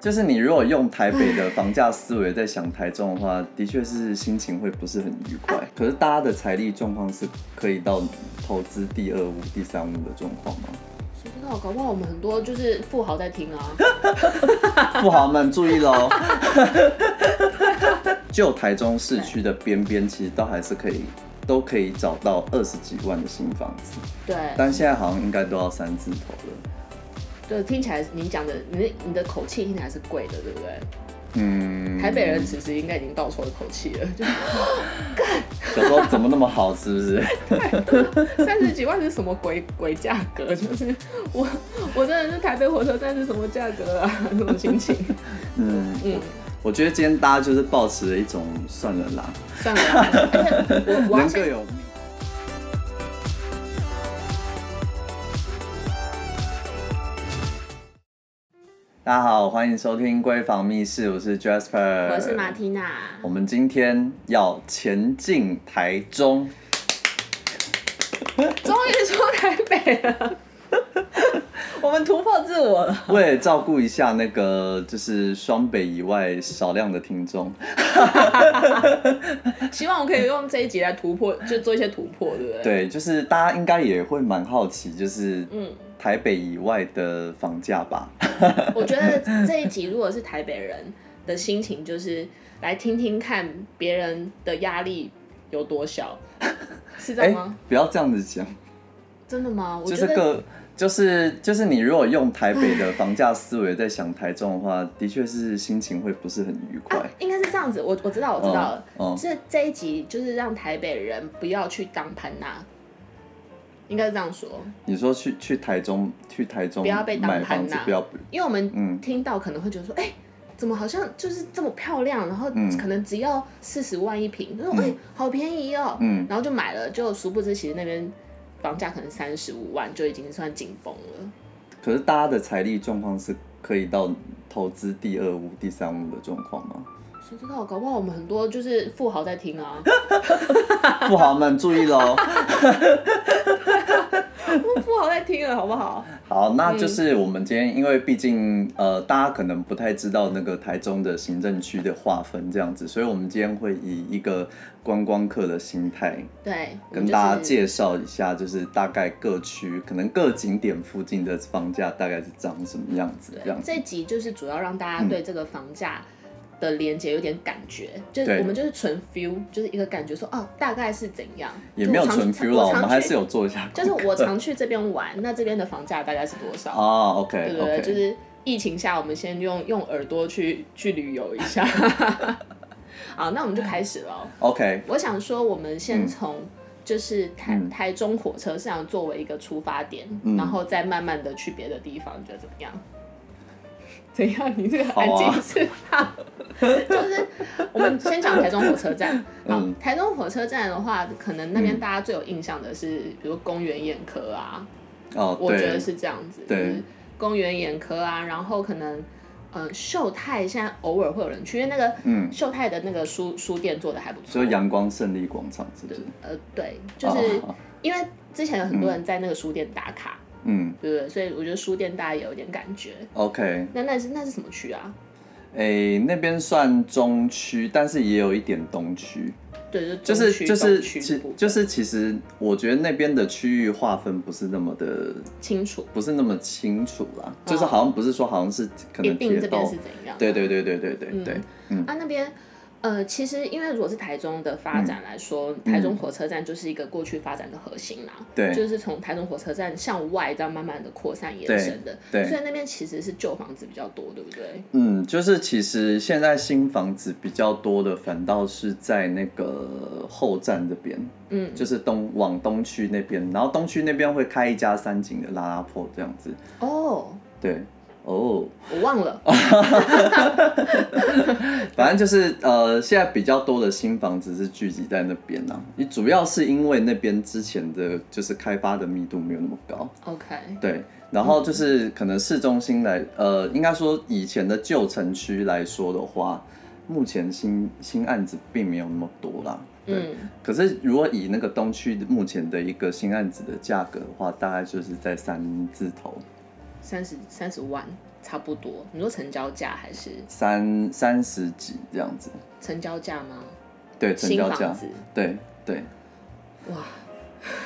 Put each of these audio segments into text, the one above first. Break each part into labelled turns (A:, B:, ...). A: 就是你如果用台北的房价思维在想台中的话，的确是心情会不是很愉
B: 啊
A: 快。可是大家的财力状况是可以到投资第二屋、第三屋的状况吗？
B: 谁知道？搞不好我们很多就是富豪在听 啊。
A: 富豪们注意喽！ 就台中市区的边边，其实都还是可以，都可以找到二十几万的新房子，
B: 对，
A: 但现在好像应该都要三字头了。
B: 对，听起来你讲的，你的你的口气听起来是贵的，对不对？
A: 嗯，
B: 台北人此时应该已经倒抽一口气了， 就
A: 有时候怎么那么好，是不是？
B: 三十几万是什么鬼鬼价格？ 就是我我真的是台北火车站是什么价格啊？那种心 情，
A: 嗯，
B: 嗯，
A: 我觉得今天大家就是抱持了一种算了啦，
B: 算了啦，而且我我要
A: 人
B: 先
A: 各有命。大家好，欢迎收听《闺房密室》，我是 Jasper，
B: 我是马缇娜，
A: 我们今天要前进台中，
B: 终于说台北了， 我们突破自我了。
A: 为了照顾一下那个就是双北以外少量的听众，
B: 希望我可以用这一集来突破，就做一些突破，对不对？，
A: 对，就是大家应该也会蛮好奇，就是
B: 嗯，
A: 台北以外的房价吧。
B: 我觉得这一集如果是台北人的心情，就是来听听看别人的压力有多小， 是这样吗？
A: 不要这样子讲，
B: 真的吗？我
A: 就
B: 觉
A: 哎是
B: 得
A: 个就是就是你如果用台北的房价思维在想台中的话，的确是心情会不是很愉快。
B: 啊，应该是这样子。我我知道，我知道了。
A: 嗯嗯
B: 这这一集就是让台北人不要去当潘娜，应该是这样说，
A: 你说去去台中去台中
B: 不要被当
A: 买房
B: 盘
A: 子
B: 呐，
A: 不要
B: 因为我
A: 嗯
B: 们听到可能会觉得说，哎、怎么好像就是这么漂亮，然后
A: 嗯
B: 可能只要四十万一平，就说
A: 嗯
B: 哎、好便宜哦、
A: 嗯
B: 然后就买了，就殊不知其实那边房价可能三十五万就已经算紧绷了。
A: 可是大家的财力状况是可以到投资第二屋、第三屋的状况吗？
B: 谁知道，搞不好我们很多就是富豪在听 啊，
A: 富豪们注意喽！
B: 富豪在听了，好不好？
A: 好，那
B: 嗯
A: 就是我们今天，因为毕竟呃，大家可能不太知道那个台中的行政区的划分这样子，所以我们今天会以一个观光客的心态，
B: 对，我们
A: 跟
B: 就是
A: 大家介绍一下，就是大概各区可能各景点附近的房价大概是长什么样子这样
B: 对，
A: 子。
B: 这集就是主要让大家对这个房价的连接有点感觉，就是
A: 对
B: 我们就是纯 feel，就是一个感觉说哦，大概是怎样，
A: 也没有
B: 就我常
A: 纯
B: 去
A: feel 啦，我
B: 常
A: 们还
B: 去
A: 是有做一下
B: 就
A: 功课。
B: 是 我常去这边玩，那这边的房价大概是多少？
A: 啊，OK OK，
B: 对不对就是疫情下，我们先用用耳朵去去旅游一下。 好，那我们就开始了。哦
A: OK，
B: 我想说，我们先从就是台、
A: 嗯
B: 台中火车站作为一个出发点，
A: 嗯
B: 然后再慢慢的去别的地方，你觉得怎么样？ 怎样？你这个
A: 好啊
B: 安静是 吧？就是我们先讲台中火车站。好，
A: 嗯
B: 台中火车站的话，可能那
A: 嗯
B: 边大家最有印象的是，比如公园眼科啊，
A: 哦，
B: 我
A: 对
B: 觉得是这样子，就
A: 对
B: 是公园眼科啊，然后可能呃秀泰现在偶尔会有人去，因为那个
A: 嗯
B: 秀泰的那个书书店做的还不错
A: 就，阳光胜利广场是不是？
B: 呃对，就是
A: 哦好
B: 因为之前有很多人在那个书店打卡，
A: 嗯
B: 对不对？所以我觉得书店大家也有点感觉。
A: ，OK，
B: 那那是那是什么区啊？
A: 诶、那边算中区，但是也有一点东区，
B: 对，
A: 就
B: 就是中区
A: 就是
B: 东区的
A: 其
B: 部分
A: 就是其实我觉得那边的区域划分不是那么的
B: 清楚，
A: 不是那么清楚啦，就是好像不是说好像是可
B: 嗯一
A: 能
B: 定
A: 铁
B: 这
A: 道
B: 边，是怎样？
A: 对对对对对对
B: 嗯
A: 对，
B: 啊，那边呃，其实因为如果是台中的发
A: 嗯
B: 展来说，台中火车站就是一个过去发展的核心啦。
A: 对
B: 就是从台中火车站向外这样慢慢的扩散延伸的。
A: 对对
B: 所以那边其实是旧房子比较多，对不对？
A: 嗯，就是其实现在新房子比较多的，反倒是在那个后站这边，
B: 嗯，
A: 就是东往东区那边，然后东区那边会开一家三井的拉拉破这样子，
B: 哦，
A: 对，哦。
B: 我忘了。
A: 反正就是呃，现在比较多的新房子是聚集在那边啦、你主要是因为那边之前的就是开发的密度没有那么高，
B: OK，
A: 对。然后就是可能市中心来，呃，应该说以前的旧城区来说的话，目前新新案子并没有那么多啦。对，
B: 嗯，
A: 可是如果以那个东区目前的一个新案子的价格的话，大概就是在三字头。
B: 三十三十万。差不多。你说成交价还是
A: 三三十几这样子，
B: 成交价吗？
A: 对，成
B: 新
A: 交
B: 房
A: 价
B: 子，
A: 对对。
B: 哇，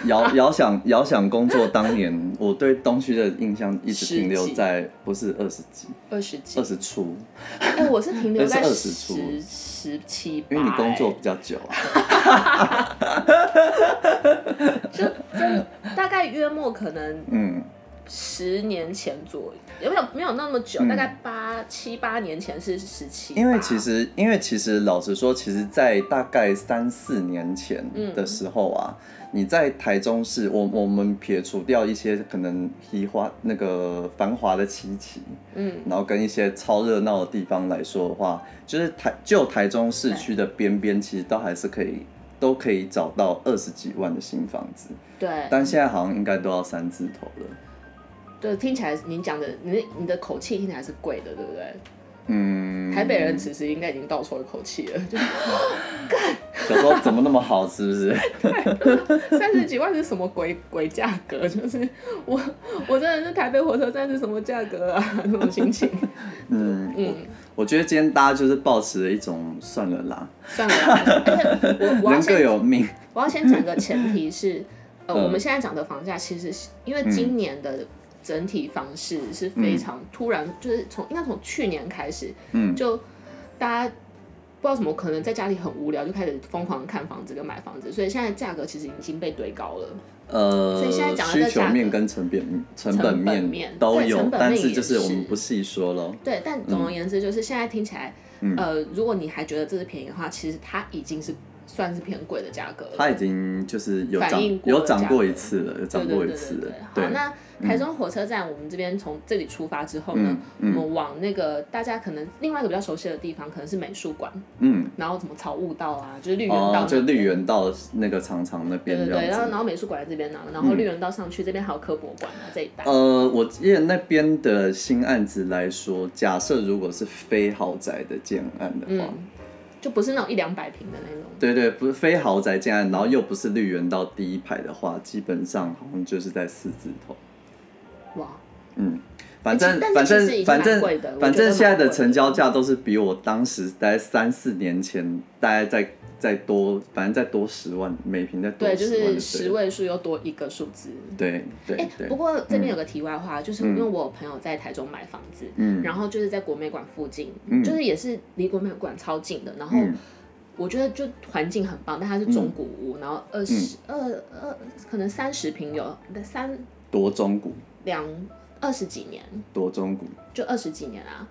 A: 遥 遥想遥想工作当年，我对东区的印象一直
B: 十
A: 停留
B: 几
A: 在不是二十几，
B: 二十几
A: 二？十出，
B: 哎、我是停留在
A: 那是20
B: 十
A: 出
B: 十七八，
A: 因为你工作比较久啊。
B: 哎大概约莫可能
A: 嗯，
B: 十年前左右，有没有没有那么久？大概八七八年前是十七，
A: 嗯因为其实，因为其实，老实说，其实，在大概三四年前的时候啊，你在台中市，我我们撇除掉一些可能移花那个繁华的七期，
B: 嗯
A: 然后跟一些超热闹的地方来说的话，就是台就台中市区的边边，其实都还是可以，都可以找到二十几万的新房子，
B: 对
A: 但现在好像应该都要三字头了。
B: 对，听起来你讲的你的你的口气听起来是贵的，对不对？
A: 嗯，
B: 台北人此时应该已经倒抽一口气了，就
A: 想说怎么那么好，是不是？
B: 三十几万是什么鬼鬼价格？就是我我真的是台北火车站是什么价格啊？那种心 情，
A: 嗯，我
B: 嗯
A: 我觉得今天大家就是抱持了一种算了啦，
B: 算了啦，而且我我要
A: 人
B: 先
A: 各有命。
B: 我要先讲个前提是，呃，
A: 嗯
B: 我们现在讲的房价其实是因为今年的整体房市是非常突然，就是从应该从去年开始，
A: 嗯
B: 就大家。不知道怎么可能在家里很无聊，就开始疯狂地看房子跟买房子，所以现在价格其实已经被堆高了。
A: 呃
B: 所以现在，讲的
A: 需
B: 这
A: 求
B: 价格
A: 面跟成本成本
B: 成本
A: 面
B: 面
A: 都
B: 对
A: 有
B: 成，本
A: 但
B: 面
A: 是
B: 也
A: 就是我们
B: 是
A: 不细说喽。
B: 对，但总而言之，就是现在听起来，
A: 嗯
B: 呃，如果你还觉得这是便宜的话，其实它已经是算是偏贵的价格了。
A: 它已经就是有
B: 反应
A: 涨
B: 过了
A: 有涨过一次了，有涨过一次嗯了。
B: 对对对对对。好，那台中火车站，我们这边从这里出发之后呢
A: 嗯，嗯
B: 我们往那个大家可能另外一个比较熟悉的地方，可能是美术馆，
A: 嗯，
B: 然后什么草悟道啊，就是绿园道、
A: 哦，就绿。园到那个长长那
B: 对
A: 边
B: 对
A: 这
B: 对，然
A: 样
B: 后
A: 子。
B: 然后美术馆在这边呢，然后绿园道上去，这边还有科博馆啊这一带。
A: 呃，我记得那边的新案子来说，假设如果是非豪宅的建案的话，
B: 嗯，就不是那种一两百平的那种。
A: 对对，不是非豪宅建案，然后又不是绿园到第一排的话，基本上好像就是在四字头。
B: 哇，
A: 嗯，反
B: 欸
A: 正
B: 其
A: 反
B: 但是其实
A: 正
B: 已经
A: 反
B: 蛮
A: 正
B: 贵的我
A: 反
B: 觉得
A: 正
B: 蛮
A: 现在的
B: 贵的
A: 成交价都是比我当时大概三四年前大概再再多，反正再多十万每平再多
B: 对，就
A: 十万就
B: 是十
A: 对了。
B: 位数又多一个数字。
A: 对对嗯
B: 哎、不
A: 对，
B: 过这边有个题外话，就是因为我有朋友在台中买房子，
A: 嗯
B: 然后就是在国美馆附近，
A: 嗯
B: 就是也是离国美馆超近的，然后
A: 嗯
B: 我觉得就环境很棒，但它是中古屋，然后
A: 嗯
B: 二十、二二可能三十平有三
A: 多中股
B: 两二十几年，
A: 多中股，
B: 就二十几年啊，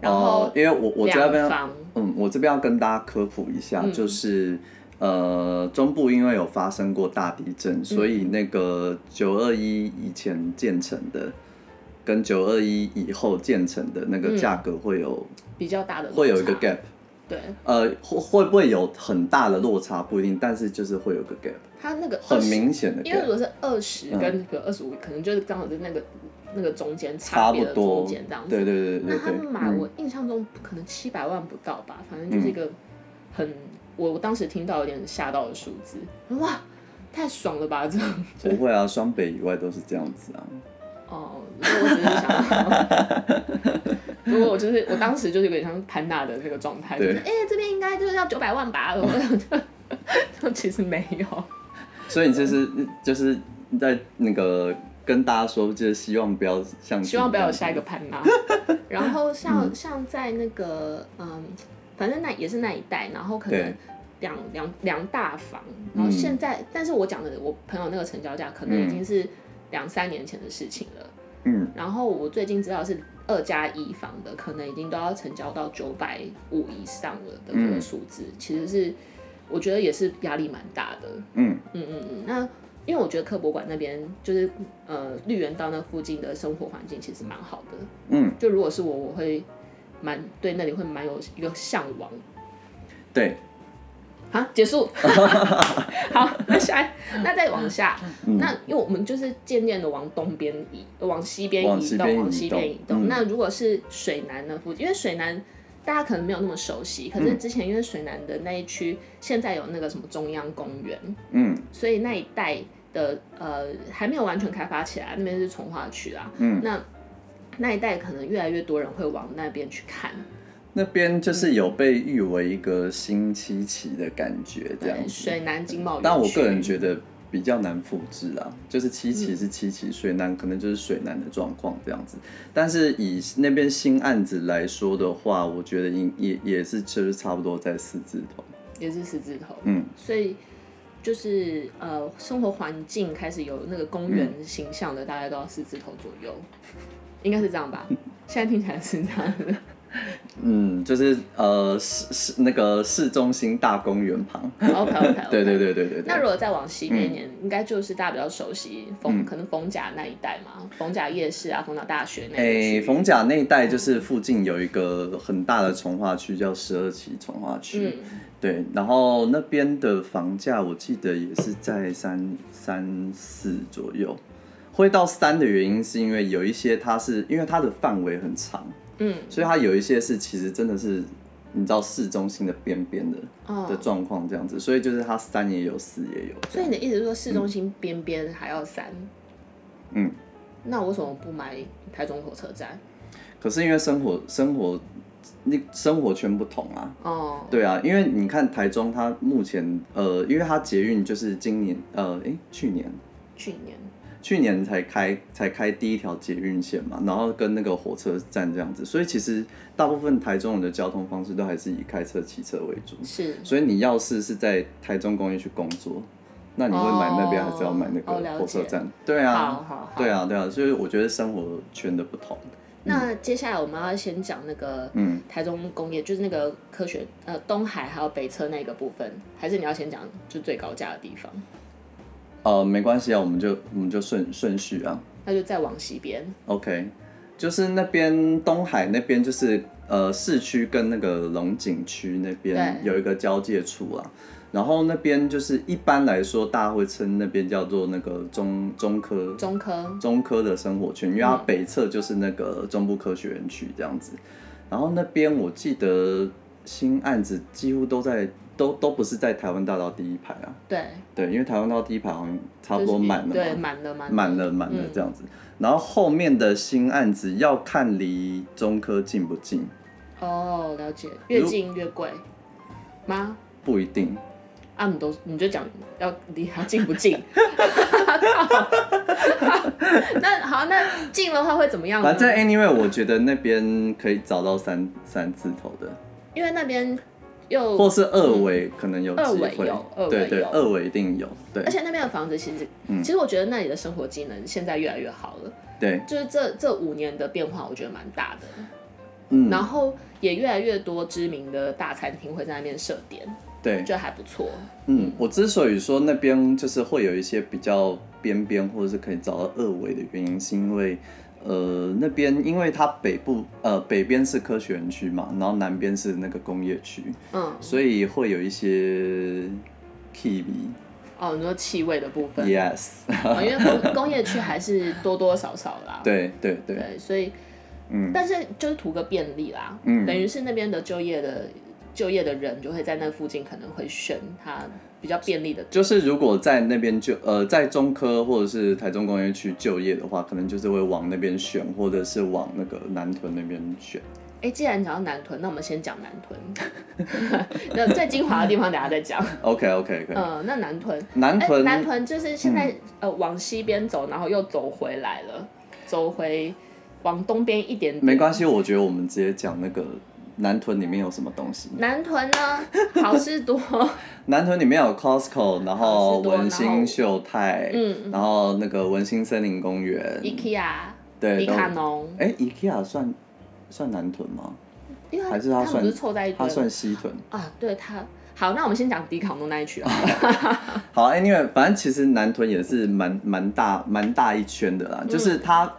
B: 然
A: 哦
B: 后，
A: 因为我我这边
B: 两房，嗯
A: 嗯，我这边要跟大家科普一下，就是呃，中部因为有发生过大地
B: 嗯
A: 震，所以那个九二一以前建成的，跟九二一以后建成的那
B: 嗯
A: 个价格会有、
B: 比较大的落
A: 会有一个
B: 差
A: gap，
B: 对，
A: 呃，会会不会有很大的落差不一定，但是就是会有个 gap，
B: 它那个
A: 很
B: 20
A: 明显的
B: 因为
A: gap，
B: 如果是二十
A: 嗯
B: 跟比如二十五，可能就是刚好在那个那个中间
A: 差
B: 差
A: 不
B: 别的中
A: 多，
B: 间这样子，
A: 对对对嗯对
B: 那他
A: 对，
B: 们买，我印象中可能七百万不到吧，反正就是一个很，我我当时听到有点吓到的数字，哇，太爽了吧，这样
A: 不会啊，双北以外都是这样子啊，
B: 哦，所以我只是想，如果我就是我当时就是有点像潘娜的那个状态，就是
A: 对
B: 哎、这边应该就是要九百万吧，我 就其实没有，
A: 所以你就是就是在那个跟大家说，就是希望不要像
B: 希望不要有下一
A: 个
B: 个潘娜。然后像、像在那个嗯，反正那也是那一带，然后可能
A: 对
B: 两两两大房，然后现在，但是我讲的我朋友那个成交价可能已经是两三年前的事情了。
A: 嗯，
B: 然后我最近知道是二加一房的，可能已经都要成交到九百五以上了的这个数字，其实是我觉得也是压力蛮大的。
A: 嗯
B: 嗯嗯嗯，那。因为我觉得科博馆那边就是呃绿园道那附近的生活环境其实蛮好的，
A: 嗯，
B: 就如果是我，我会蛮对那里会蛮有一个向往。
A: 对，
B: 好，结 束。好，那下一那再往下，那因为我们就是渐渐的往东边移，往西边
A: 往
B: 移
A: 西
B: 动，
A: 边
B: 往
A: 移
B: 西
A: 动
B: 边移动。
A: 嗯
B: 那如果是水南的附近，因为水南大家可能没有那么熟悉，可
A: 嗯
B: 是之前因为水南的那一区现在有那个什么中央公园，
A: 嗯
B: 所以那一带的呃还没有完全开发起来，那边是从化区啦。
A: 嗯，
B: 那那一带可能越来越多人会往那边去看，
A: 那边就是有被誉为一个新七期的感觉，这样
B: 对，
A: 子。
B: 水南经贸园区。
A: 但我个人觉得比较难复制啊，就是七期是七期，水南可能就是水南的状况这样子。但是以那边新案子来说的话，我觉得应也也是就是差不多在四字头。
B: 也是十字头，
A: 嗯，
B: 所以就是呃，生活环境开始有那个公园形象的，大概都要十字头左右，应该是这 样吧？现在听起来是这样的，
A: 嗯，就是呃市市那个市中心大公园旁。
B: OK OK，
A: 对嗯对。对对对
B: 哦那如
A: 对。
B: 果再往西边一点，应该就是大家比较熟悉
A: 嗯
B: 逢，可能逢甲那一带嘛，逢甲夜市啊，逢甲大学那个区
A: 诶，哎逢甲那一带就是附近有一个很大的从化区，叫十二期从化区。
B: 嗯，
A: 对，然后那边的房价我记得也是在三三四左右，会到三的原因是因为有一些它是因为它的范围很长，
B: 嗯，
A: 所以它有一些是其实真的是你知道市中心的边边的的
B: 哦，
A: 状况这样子，所以就是它三也有四也有这
B: 所以
A: 样，
B: 你的意思是说市中心边边还要三？
A: 嗯，
B: 那我为什么不买台中火车站？
A: 可是因为生活生活那生活圈不同啊，
B: 哦，
A: 对啊，因为你看台中它目前呃，因为它捷运就是今年呃诶去年
B: 去年，
A: 去年才开才开第一条捷运线嘛，然后跟那个火车站这样子，所以其实大部分台中人的交通方式都还是以开车、骑车为主。
B: 是
A: 所以你要是是在台中工业区工作，那你会买那边
B: 哦
A: 还是要买那
B: 哦
A: 个
B: 了
A: 火车
B: 解
A: 站？对啊，
B: 好好好
A: 对啊，对啊，所以我觉得生活圈的不同，
B: 那接下来我们要先讲那个
A: 嗯
B: 台中工业，就是那个科学呃东海还有北车那个部分，还是你要先讲就最高价的地方，
A: 呃，没关系啊，我们就我们就顺顺序啊
B: 那就再往西边。
A: ，OK，就是那边东海那边就是呃市区跟那个龙井区那边
B: 对
A: 有一个交界处啊。然后那边就是一般来说，大家会称那边叫做那个中中科
B: 中科
A: 中科的生活圈，因为
B: 嗯
A: 它北侧就是那个中部科学园区这样子。然后那边我记得新案子几乎都在都都不是在台湾大道第一排啊，
B: 对，
A: 对，因为台湾大道第一排好像差不多
B: 就是
A: 满了嘛，
B: 对，满了满了
A: 满了满
B: 嗯
A: 了这样子。然后后面的新案子要看离中科近不近，
B: 哦，了解，越近越贵吗？
A: 不一定。
B: 啊，你都你就讲要离它近不 近？那好，那近的话会怎么样呢？
A: 反正 anyway，我觉得那边可以找到三三字头的，
B: 因为那边又
A: 或是二维可能有机
B: 嗯二维
A: 会
B: 有二，维
A: 对对，
B: 有
A: 二维一定有，对
B: 而且那边的房子其实，
A: 嗯
B: 其实我觉得那里的生活技能现在越来越好了，
A: 对，
B: 就是这这五年的变化，我觉得蛮大的。
A: 嗯，
B: 然后也越来越多知名的大餐厅会在那边设点，
A: 对。
B: 就还不错。
A: 嗯，我之所以说那边就是会有一些比较边边或者是可以找到二维的原因，是因为呃那边因为它北部呃北边是科学园区嘛，然后南边是那个工业区，
B: 嗯，
A: 所以会有一些 k E i
B: 哦，你说气味的部分
A: y，yes，
B: 哦因为工工业区还是多多少少啦。
A: 对对对，
B: 对，所以，
A: 嗯
B: 但是就是图个便利啦，
A: 嗯
B: 等于是那边的就业的就业的人就会在那附近可能会选他比较便利的
A: 就是如果在那边就呃在中科或者是台中工业区就业的话，可能就是会往那边选，或者是往那个南屯那边选。
B: 哎、既然讲到南屯，那我们先讲南屯。 那最精华的地方等下再讲。
A: OK OK OK，、
B: 嗯，那南屯，
A: 南
B: 哎、
A: 屯、嗯
B: 南屯就是现在、呃往西边走，然后又走回来了，走回往东边一点点。
A: 没关系，我觉得我们直接讲那个南屯里面有什么东西。
B: 南屯呢，好事 多，
A: 南屯里面有 Costco，然后
B: 啊好事多
A: 文心秀泰，
B: 嗯
A: 然后那个文心森林公园，
B: ，IKEA、
A: 对，
B: 迪
A: 都
B: 卡侬，
A: 哎，IKEA 算算南屯吗？
B: 因为
A: 还是他
B: 他们
A: 算
B: 不是凑在一堆
A: 它
B: 吗
A: 算西屯。
B: 啊？对，他好，那我们先讲迪卡侬那一区啊。
A: 好，Anyway，反正其实南屯也是蛮蛮大蛮大一圈的啦，就是它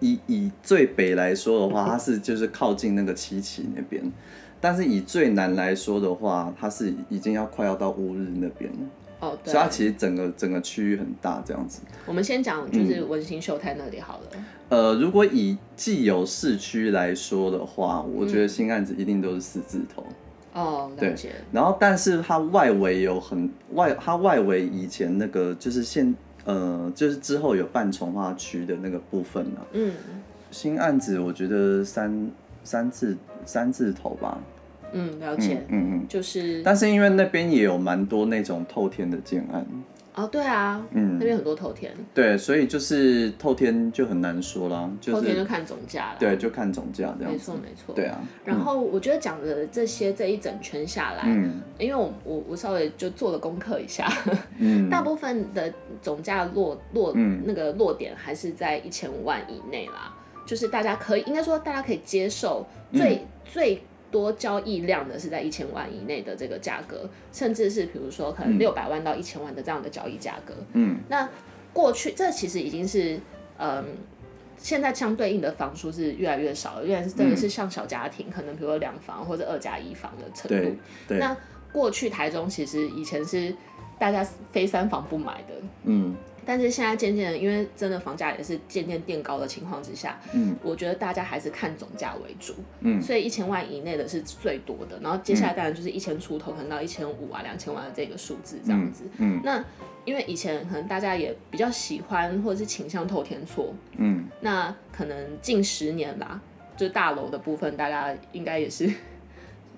A: 以以最北来说的话，它是就是靠近那个七期那边，但是以最南来说的话，它是已经要快要到乌日那边了。
B: 哦，对
A: 所以，它其实整个整个区域很大这样子。
B: 我们先讲
A: 嗯
B: 就是文心秀泰那里好了。
A: 呃，如果以既有市区来说的话，我觉得新案子一定都是四字头。
B: 哦，了
A: 对
B: 解。
A: 然后，但是它外围有很外，它外围以前那个就是现呃，就是之后有办从化区的那个部分呢、
B: 嗯，
A: 新案子我觉得三三字三字头吧，
B: 嗯，了
A: 嗯
B: 解，
A: 嗯嗯。
B: 就是
A: 但是因为那边也有蛮多那种透天的建案，
B: 哦，对啊，
A: 嗯
B: 那边很多头天，
A: 对，所以就是透天就很难说啦，就
B: 头天就是看总价了，
A: 对，就看总价这样
B: 没
A: 子
B: 错，没错，
A: 对。啊，
B: 然后我觉得讲的这些这一整圈下来，
A: 嗯
B: 因为我我我稍微就做了功课一下，
A: 嗯，
B: 大部分的总价落落、
A: 嗯
B: 那个落点还是在一千五万以内啦，就是大家可以应该说大家可以接受最、
A: 嗯
B: 最多交易量的是在一千万以内的这个价格，甚至是比如说可能
A: 嗯
B: 六百万到一千万的这样的交易价格。
A: 嗯
B: 那过去这其实已经是嗯。现在相对应的房数是越来越少了，越来这个
A: 嗯
B: 是像小家庭，可能比如说两房或者二加一房的程度。
A: 对对，
B: 那过去台中其实以前是大家非三房不买的，
A: 嗯
B: 但是现在渐渐的，因为真的房价也是渐渐垫高的情况之下，
A: 嗯
B: 我觉得大家还是看总价为主，
A: 嗯
B: 所以一千万以内的是最多的，然后接下来当然就是一千出头，可能到一千五啊、两千万的这个数字这样子。
A: 嗯
B: 那因为以前可能大家也比较喜欢或者是倾向透天厝，
A: 嗯
B: 那可能近十年吧，就大楼的部分，大家应该也是，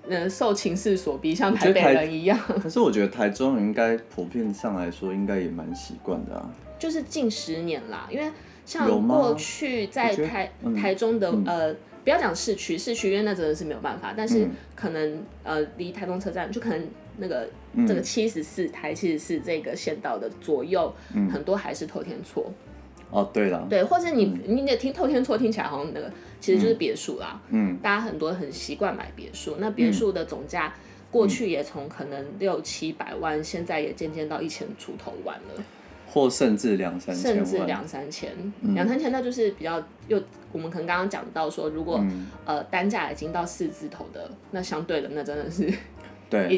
B: 呃，受情势所逼，像台北人一样，
A: 嗯。可是我觉得台中人应该普遍上来说应该也蛮习惯的啊，
B: 就是近十年啦。因为像
A: 有吗
B: 过去在
A: 我觉得
B: 台、
A: 嗯
B: 台中的、呃，不要讲市区，市区因为那真的是没有办法，但
A: 嗯
B: 是可能、呃，离台中车站就可能那个。
A: 嗯
B: 这个七十四台七十四这个县道的左右，
A: 嗯
B: 很多还是透天厝，
A: 哦对了，
B: 对，或者你、你也听透天厝听起来好像那个，其实就是别墅啦，
A: 嗯
B: 大家很多很习惯买别墅，那别墅的总价
A: 嗯
B: 过去也从可能六七百万，现在也渐渐到一千出头万了，
A: 或甚至两三千
B: 甚
A: 万，嗯
B: 至两三千，两三千那就是比较又我们可能刚刚讲到说，如果、
A: 嗯
B: 呃单价已经到四字头的，那相对的那真 的是已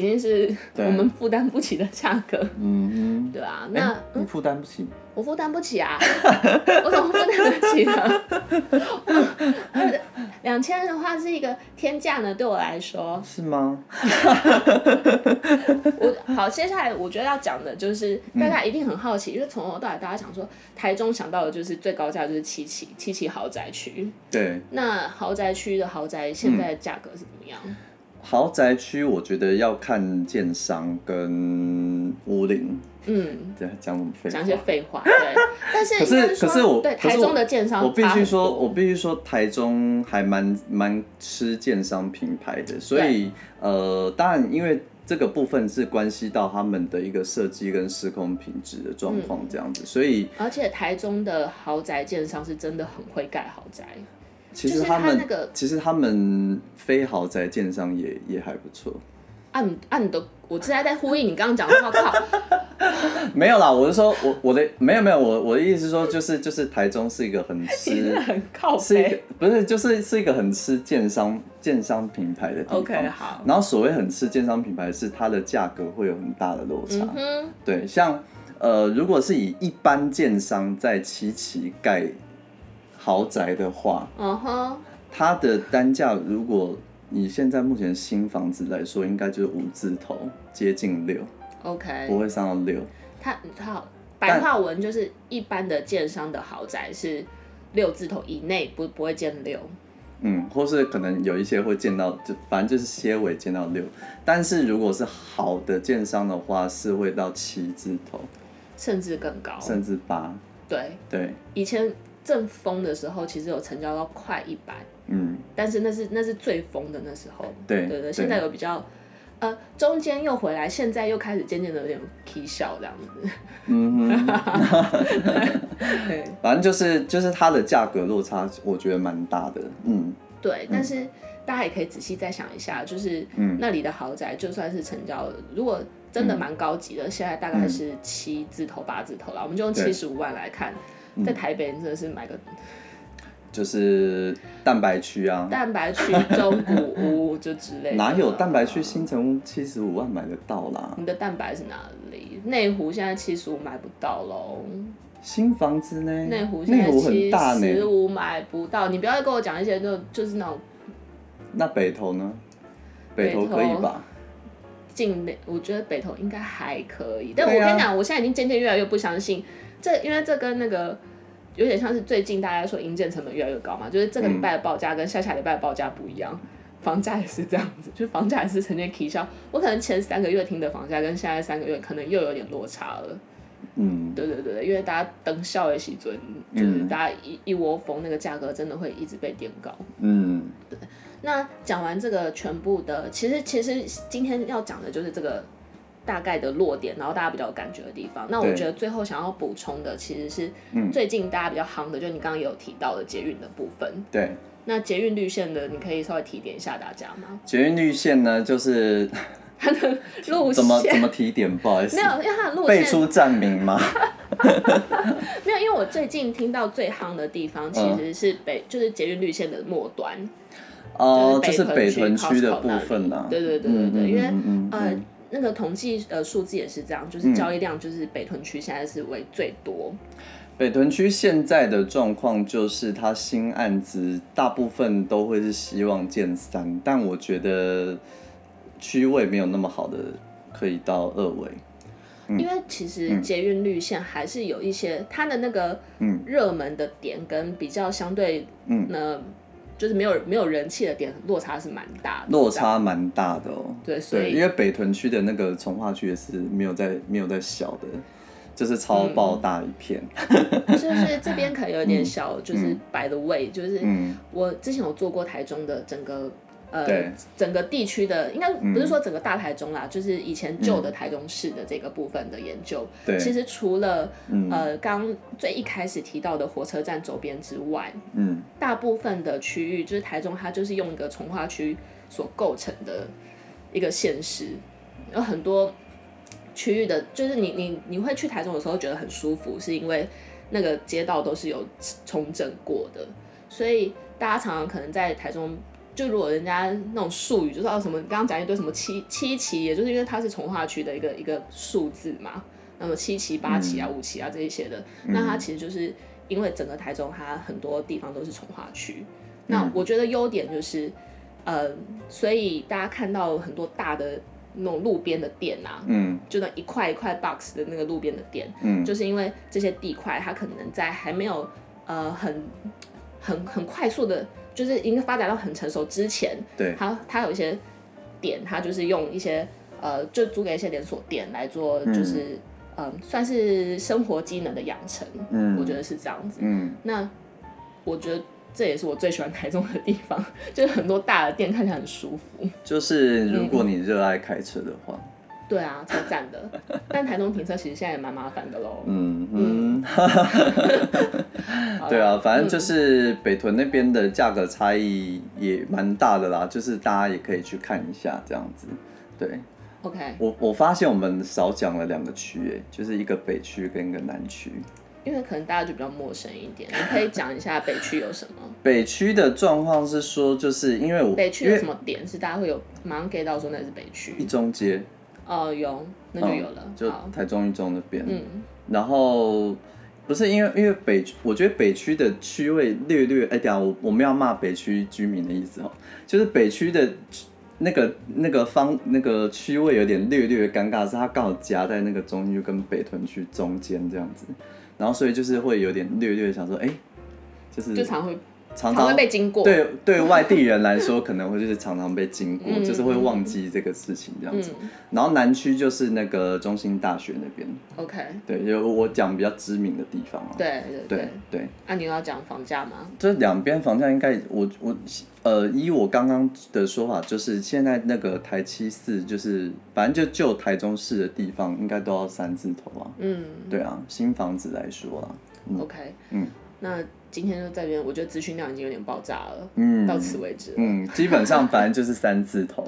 A: 对，
B: 经是
A: 对
B: 我们负担不起的价 格，
A: 嗯嗯，
B: 对啊，
A: 哎
B: 那、
A: 你负担不起，
B: 我负担不起啊， 我怎么负担得起呢？ 两千的话是一个天价呢，对我来说，
A: 是吗？
B: 我好，接下来我觉得要讲的就是
A: 嗯
B: 大家一定很好奇，因为从头到尾大家讲说，台中想到的就是最高价就是七期七期豪宅区，
A: 对，
B: 那豪宅区的豪宅现在的价格是怎么样？
A: 豪宅区我觉得要看建商跟屋龄，
B: 嗯，
A: 对，讲什么废
B: 讲、
A: 话
B: 一些废 话，对，但是
A: 可是
B: 应该说
A: 可是我
B: 对
A: 可是
B: 台
A: 我
B: 中的建商
A: 我必须
B: 差
A: 说，
B: 很多
A: 我必须说，台中还蛮蛮吃建商品牌的，所以呃，当然因为这个部分是关系到他们的一个设计跟施工品质的状况
B: 嗯
A: 这样子，所以
B: 而且台中的豪宅建商是真的很会盖豪宅，
A: 其
B: 就
A: 实
B: 是他
A: 们、
B: 那个
A: 其实他们非豪宅建商也也还不错，
B: 按按的，我现在在呼应你刚刚讲的话，靠，
A: 没有啦，我是说我我的没有没有我我的意思是说就是就是台中 是一个很
B: 你真
A: 吃
B: 的很靠
A: 是一个
B: 背。
A: 不是就是是一个很吃建商建商品牌的地方。
B: OK，好
A: 然后所谓很吃建商品牌，是它的价格会有很大的落差。
B: 嗯哼，
A: 对，像呃，如果是以一般建商在七期盖豪宅的话，
B: 嗯哼，
A: 它的单价如果以现在目前新房子来说，应该就是五字头，接近六，
B: OK，
A: 不会上到六。
B: 他他好白话文就是一般的建商的豪宅是六字头以内，不不会见六。
A: 嗯，或是可能有一些会见到，就反正就是些尾见到六，但是如果是好的建商的话，是会到七字头，
B: 甚至更高。
A: 甚至八。
B: 对，
A: 对，
B: 以前正疯的时候，其实有成交到快一百，
A: 嗯，
B: 但是那是那是最疯的那时候。
A: 对
B: 对对，
A: 对
B: 现在有比较。呃，中间又回来，现在又开始渐渐的有点啼笑这样子。
A: 嗯哼，
B: 对，
A: 反正就是就是它的价格落差，我觉得蛮大的。嗯，嗯
B: 对，但是大家也可以仔细再想一下，就是那里的豪宅，就算是成交了，如果真的蛮高级的，现在大概是七字头、八字头啦，我们就用
A: 嗯对嗯
B: 七十五万来看，在台北真的是买个
A: 就是蛋白区啊，
B: 蛋白区、中古屋就之类的，
A: 哪有蛋白区？新城屋七十五万买得到啦？
B: 你的蛋白是哪里？内湖现在七十五买不到喽，
A: 新房子呢？
B: 内湖现
A: 内
B: 在
A: 湖很
B: 七
A: 大呢。
B: 十五买不到，你不要跟我讲一些就就是那种
A: 那北投呢？北投
B: 北投
A: 可以吧？
B: 近的，我觉得北投应该还可以。但我
A: 对啊
B: 跟你讲，我现在已经渐渐越来越不相信这，因为这跟那个有点像是最近大家说营建成本越来越高嘛，就是这个礼拜的报价跟下下礼拜的报价不一样，房价也是这样子，就是房价也是呈现提升。我可能前三个月听的房价跟现在三个月可能又有点落差了。
A: 嗯，
B: 对对对对，因为大家等效的时准，就是大家一一窝蜂，那个价格真的会一直被垫高。
A: 嗯，
B: 那讲完这个全部的，其实其实今天要讲的就是这个大概的落点，然后大家比较有感觉的地方。那我
A: 对
B: 觉得最后想要补充的其实是
A: 嗯
B: 最近大家比较夯的，就你刚刚也有提到的捷运的部分。
A: 对。
B: 那捷运绿线的，你可以稍微提点一下大家吗？
A: 捷运绿线呢，就是
B: 路
A: 嗯怎么怎
B: 线
A: 么提点，不好意思
B: 没，有，因为它的路
A: 背
B: 线
A: 出站名吗？
B: 没有，因为我最近听到最夯的地方其实是北，就是捷运绿线的末端。
A: 哦，
B: 就
A: 就是是
B: 北
A: 北屯
B: 屯区
A: 区的
B: Costco
A: 部分啊。
B: 对对对对对，
A: 嗯嗯
B: 因为、
A: 嗯嗯嗯
B: 呃那个统计呃数字也是这样，就是交易量就是北屯区现在是为最多，
A: 北屯区现在的状况就是，它新案子大部分都会是希望建三，但我觉得区位没有那么好的，可以到二位。嗯
B: 因为其实捷运绿线还是有一些它的那个
A: 嗯
B: 热门的点跟比较相对嗯呢。就是没有没有人气的点，落差是蛮大的。
A: 落差蛮大的哦。
B: 对所以
A: 因为北屯区的那个从化区也是没有在没有在小的，就是超爆
B: 嗯
A: 大一片。
B: 就是这边可能有
A: 嗯
B: 点小，就是 by the way，就是我之前有做过台中的整个。呃
A: 对，嗯
B: 整个地区的应该不是说整个大台中啦，就是以前旧的台中市的这个部分的研究。
A: 对嗯
B: 其实除了、呃刚最一开始提到的火车站周边之外，
A: 嗯，
B: 大部分的区域就是台中，它就是用一个从化区所构成的一个县市，有很多区域的，就是你你你会去台中的时候觉得很舒服，是因为那个街道都是有重整过的，所以大家常常可能在台中。就如果人家那种术语，就是哦什么，你刚刚讲一堆什么七七期，也就是因为它是从化区的一个一个数字嘛，那么七期、八期啊、五期啊这一些的，那它其实就是因为整个台中它很多地方都是从化区。那我觉得优点就是，呃，所以大家看到很多大的那种路边的店啊，
A: 嗯，
B: 就那一块一块 box 的那个路边的店，嗯，就是因为这些地块它可能在还没有呃很很很快速的，就是应该发展到很成熟之前，
A: 对
B: 它它有一些点，它就是用一些呃，就租给一些连锁店来做，就是嗯、呃算是生活机能的养成，嗯，我觉得是这样子，
A: 嗯，
B: 那我觉得这也是我最喜欢台中的地方， 就是很多大的店看起来很舒服，
A: 就是如
B: 嗯
A: 果你热爱开车的话，
B: 对啊，超赞的，但台中停车其实现在也蛮麻烦的喽，
A: 嗯嗯，对啊，反正就是
B: 嗯
A: 北屯那边的价格差异也蛮大的啦，就是大家也可以去看一下这样子。对
B: OK，
A: 我，我发现我们少讲了两个区，诶，就是一个北区跟一个南区。
B: 因为可能大家就比较陌生一点，你可以讲一下北区有什 么？
A: 北区的状况是说，就是因为我
B: 北区
A: 因
B: 有
A: 为
B: 什么点是大家会有马上 get 到说那是北区
A: 一？中街，
B: 哦，有，那就有了
A: 嗯。就
B: 好，
A: 台中一中那边，
B: 嗯，
A: 然后不是因为因为北区，我觉得北区的区位略略，哎、等一下我我们要骂北区居民的意思哦，就是北区的区那个那个方那个区位有点略略尴尬，是它刚好夹在那个中区跟北屯区中间这样子，然后所以就是会有点略略想说，哎、就是
B: 就常会
A: 常
B: 常
A: 常
B: 会被经过。
A: 对 对外地人来说，可能会就是常常被经过，
B: 嗯
A: 就是会忘记这个事情这样子。然后南区就是那个中心大学那边，
B: ，OK，
A: 对，就我讲比较知名的地方啊。
B: 对对
A: 对
B: 对。
A: 对，
B: 啊，你要讲房价吗？
A: 这两边房价应该我我呃，依我刚刚的说法，就是现在那个台七四，就是反正就就台中市的地方，应该都要三字头啊。
B: 嗯
A: 对啊，新房子来说啊，
B: ，OK，
A: 嗯，
B: 那今天就在这边，我觉得资讯量已经有点爆炸了，
A: 嗯
B: 到此为止了，
A: 嗯，基本上反正就是三字头。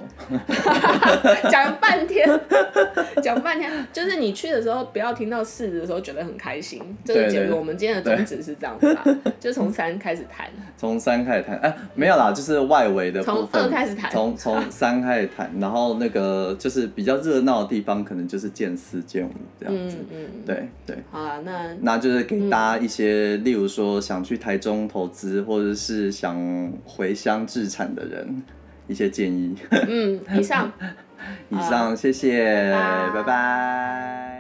B: 讲了半天， 讲半天，就是你去的时候不要听到四的时候觉得很开心，这
A: 对
B: 是
A: 对
B: 结
A: 对
B: 论。我们今天的宗旨是这样子 啦，就从三开始谈。
A: 从三开始谈，哎、没有啦，就是外围的部分，
B: 从二开始谈
A: 从 从三开始谈，然后那个就是比较热闹的地方，可能就是见四、见五这样子，
B: 嗯嗯，
A: 对对，
B: 好啦，那
A: 那就是给大家一些，例如说想去台中投资，或者是想回乡置产的人一些建议。
B: 嗯，以上。
A: 以上，谢谢，
B: 拜拜
A: 拜拜